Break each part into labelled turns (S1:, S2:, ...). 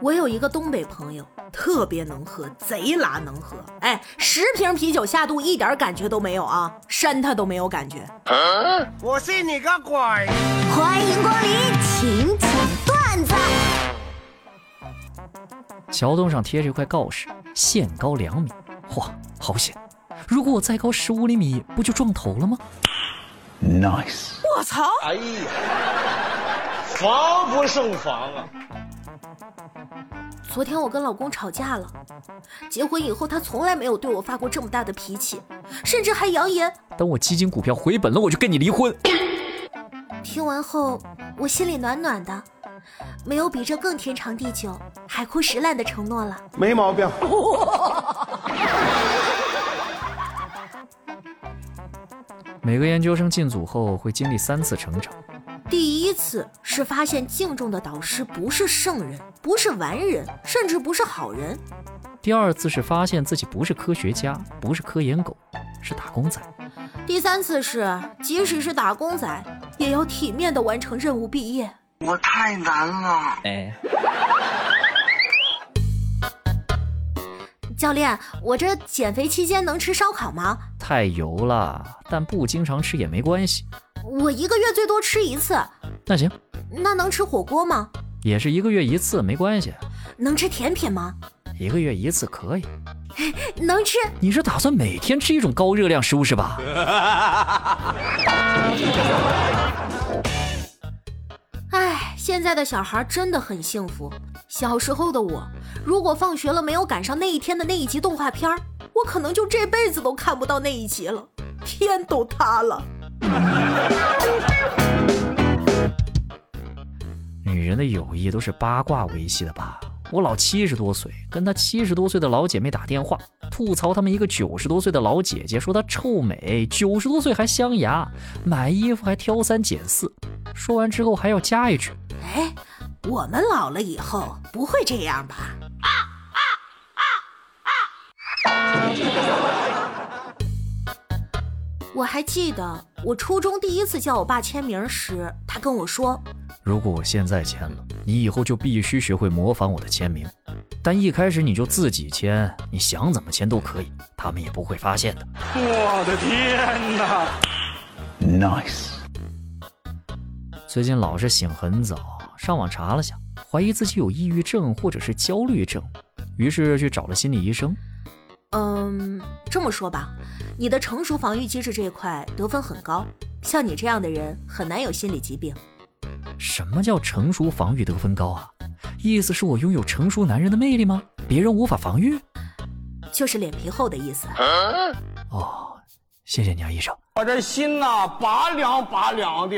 S1: 我有一个东北朋友，特别能喝，贼拉能喝。哎，十瓶啤酒下肚一点感觉都没有啊，扇他都没有感觉。
S2: 我信你个鬼！
S3: 欢迎光临请讲段子。
S4: 桥洞上贴着一块告示：限高两米。哇，好险！如果我再高十五厘米，不就撞头了吗？
S5: Nice.
S1: 我操！
S6: 哎呀，防不胜防啊！
S1: 昨天我跟老公吵架了，结婚以后他从来没有对我发过这么大的脾气，甚至还扬言。
S4: 等我基金股票回本了，我就跟你离婚。
S1: 听完后，我心里暖暖的，没有比这更天长地久、海枯石烂的承诺了。
S2: 没毛病。
S4: 每个研究生进组后会经历三次成长，
S1: 第一次是发现敬重的导师不是圣人，不是完人，甚至不是好人。
S4: 第二次是发现自己不是科学家，不是科研狗，是打工仔。
S1: 第三次是，即使是打工仔，也要体面的完成任务毕业。
S7: 我太难了。
S4: 哎，
S1: 教练，我这减肥期间能吃烧烤吗？
S4: 太油了，但不经常吃也没关系。
S1: 我一个月最多吃一次，
S4: 那行，
S1: 那能吃火锅吗？
S4: 也是一个月一次，没关系，
S1: 能吃甜品吗？
S4: 一个月一次可以。
S1: 能吃。
S4: 你是打算每天吃一种高热量食物是吧？
S1: 唉，现在的小孩真的很幸福。小时候的我，如果放学了没有赶上那一天的那一集动画片儿，我可能就这辈子都看不到那一集了，天都塌了。
S4: 女人的友谊都是八卦维系的吧？我老七十多岁，跟她七十多岁的老姐妹打电话，吐槽他们一个九十多岁的老姐姐，说她臭美，九十多岁还镶牙，买衣服还挑三拣四。说完之后还要加一句：
S1: 哎，我们老了以后不会这样吧？ 我还记得我初中第一次叫我爸签名时，他跟我说
S4: 如果我现在签了，你以后就必须学会模仿我的签名。但一开始你就自己签，你想怎么签都可以，他们也不会发现的。
S2: 我的天哪！
S5: Nice.
S4: 最近老是醒很早，上网查了下，怀疑自己有抑郁症或者是焦虑症，于是去找了心理医生。：“
S1: 嗯，这么说吧，你的成熟防御机制这一块得分很高，像你这样的人很难有心理疾病。
S4: 什么叫成熟防御得分高啊？意思是我拥有成熟男人的魅力吗？别人无法防御？
S1: 就是脸皮厚的意思。
S4: 哦，谢谢你啊，医生。
S6: 我这心呐、拔凉拔凉的。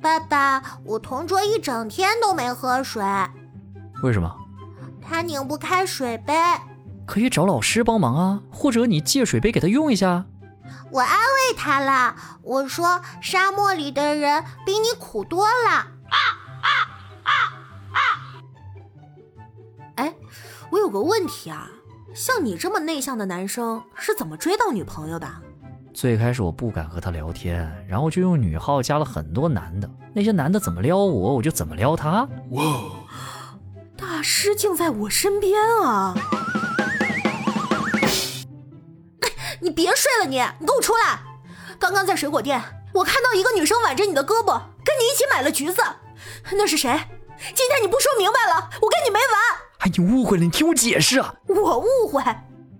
S3: 爸爸，我同桌一整天都没喝水，
S4: 为什么？
S3: 他拧不开水杯。
S4: 可以找老师帮忙啊，或者你借水杯给他用一下。
S3: 我安慰他了，我说沙漠里的人比你苦多了。
S1: 哎，我有个问题啊，像你这么内向的男生是怎么追到女朋友的？
S4: 最开始我不敢和他聊天，然后就用女号加了很多男的，那些男的怎么撩我，我就怎么撩他。
S1: 大师竟在我身边啊！哎你别睡了你，你给我出来！刚刚在水果店，我看到一个女生挽着你的胳膊，跟你一起买了橘子，那是谁？今天你不说明白了，我跟你没完！
S4: 哎，你误会了，你听我解释啊，
S1: 我误会，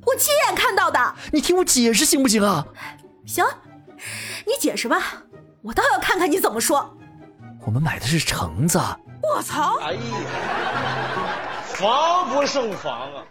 S1: 我亲眼看到的。
S4: 你听我解释行不行啊？
S1: 行，你解释吧，我倒要看看你怎么说。
S4: 我们买的是橙子。
S1: 我操！
S6: 哎呀，防不胜防啊！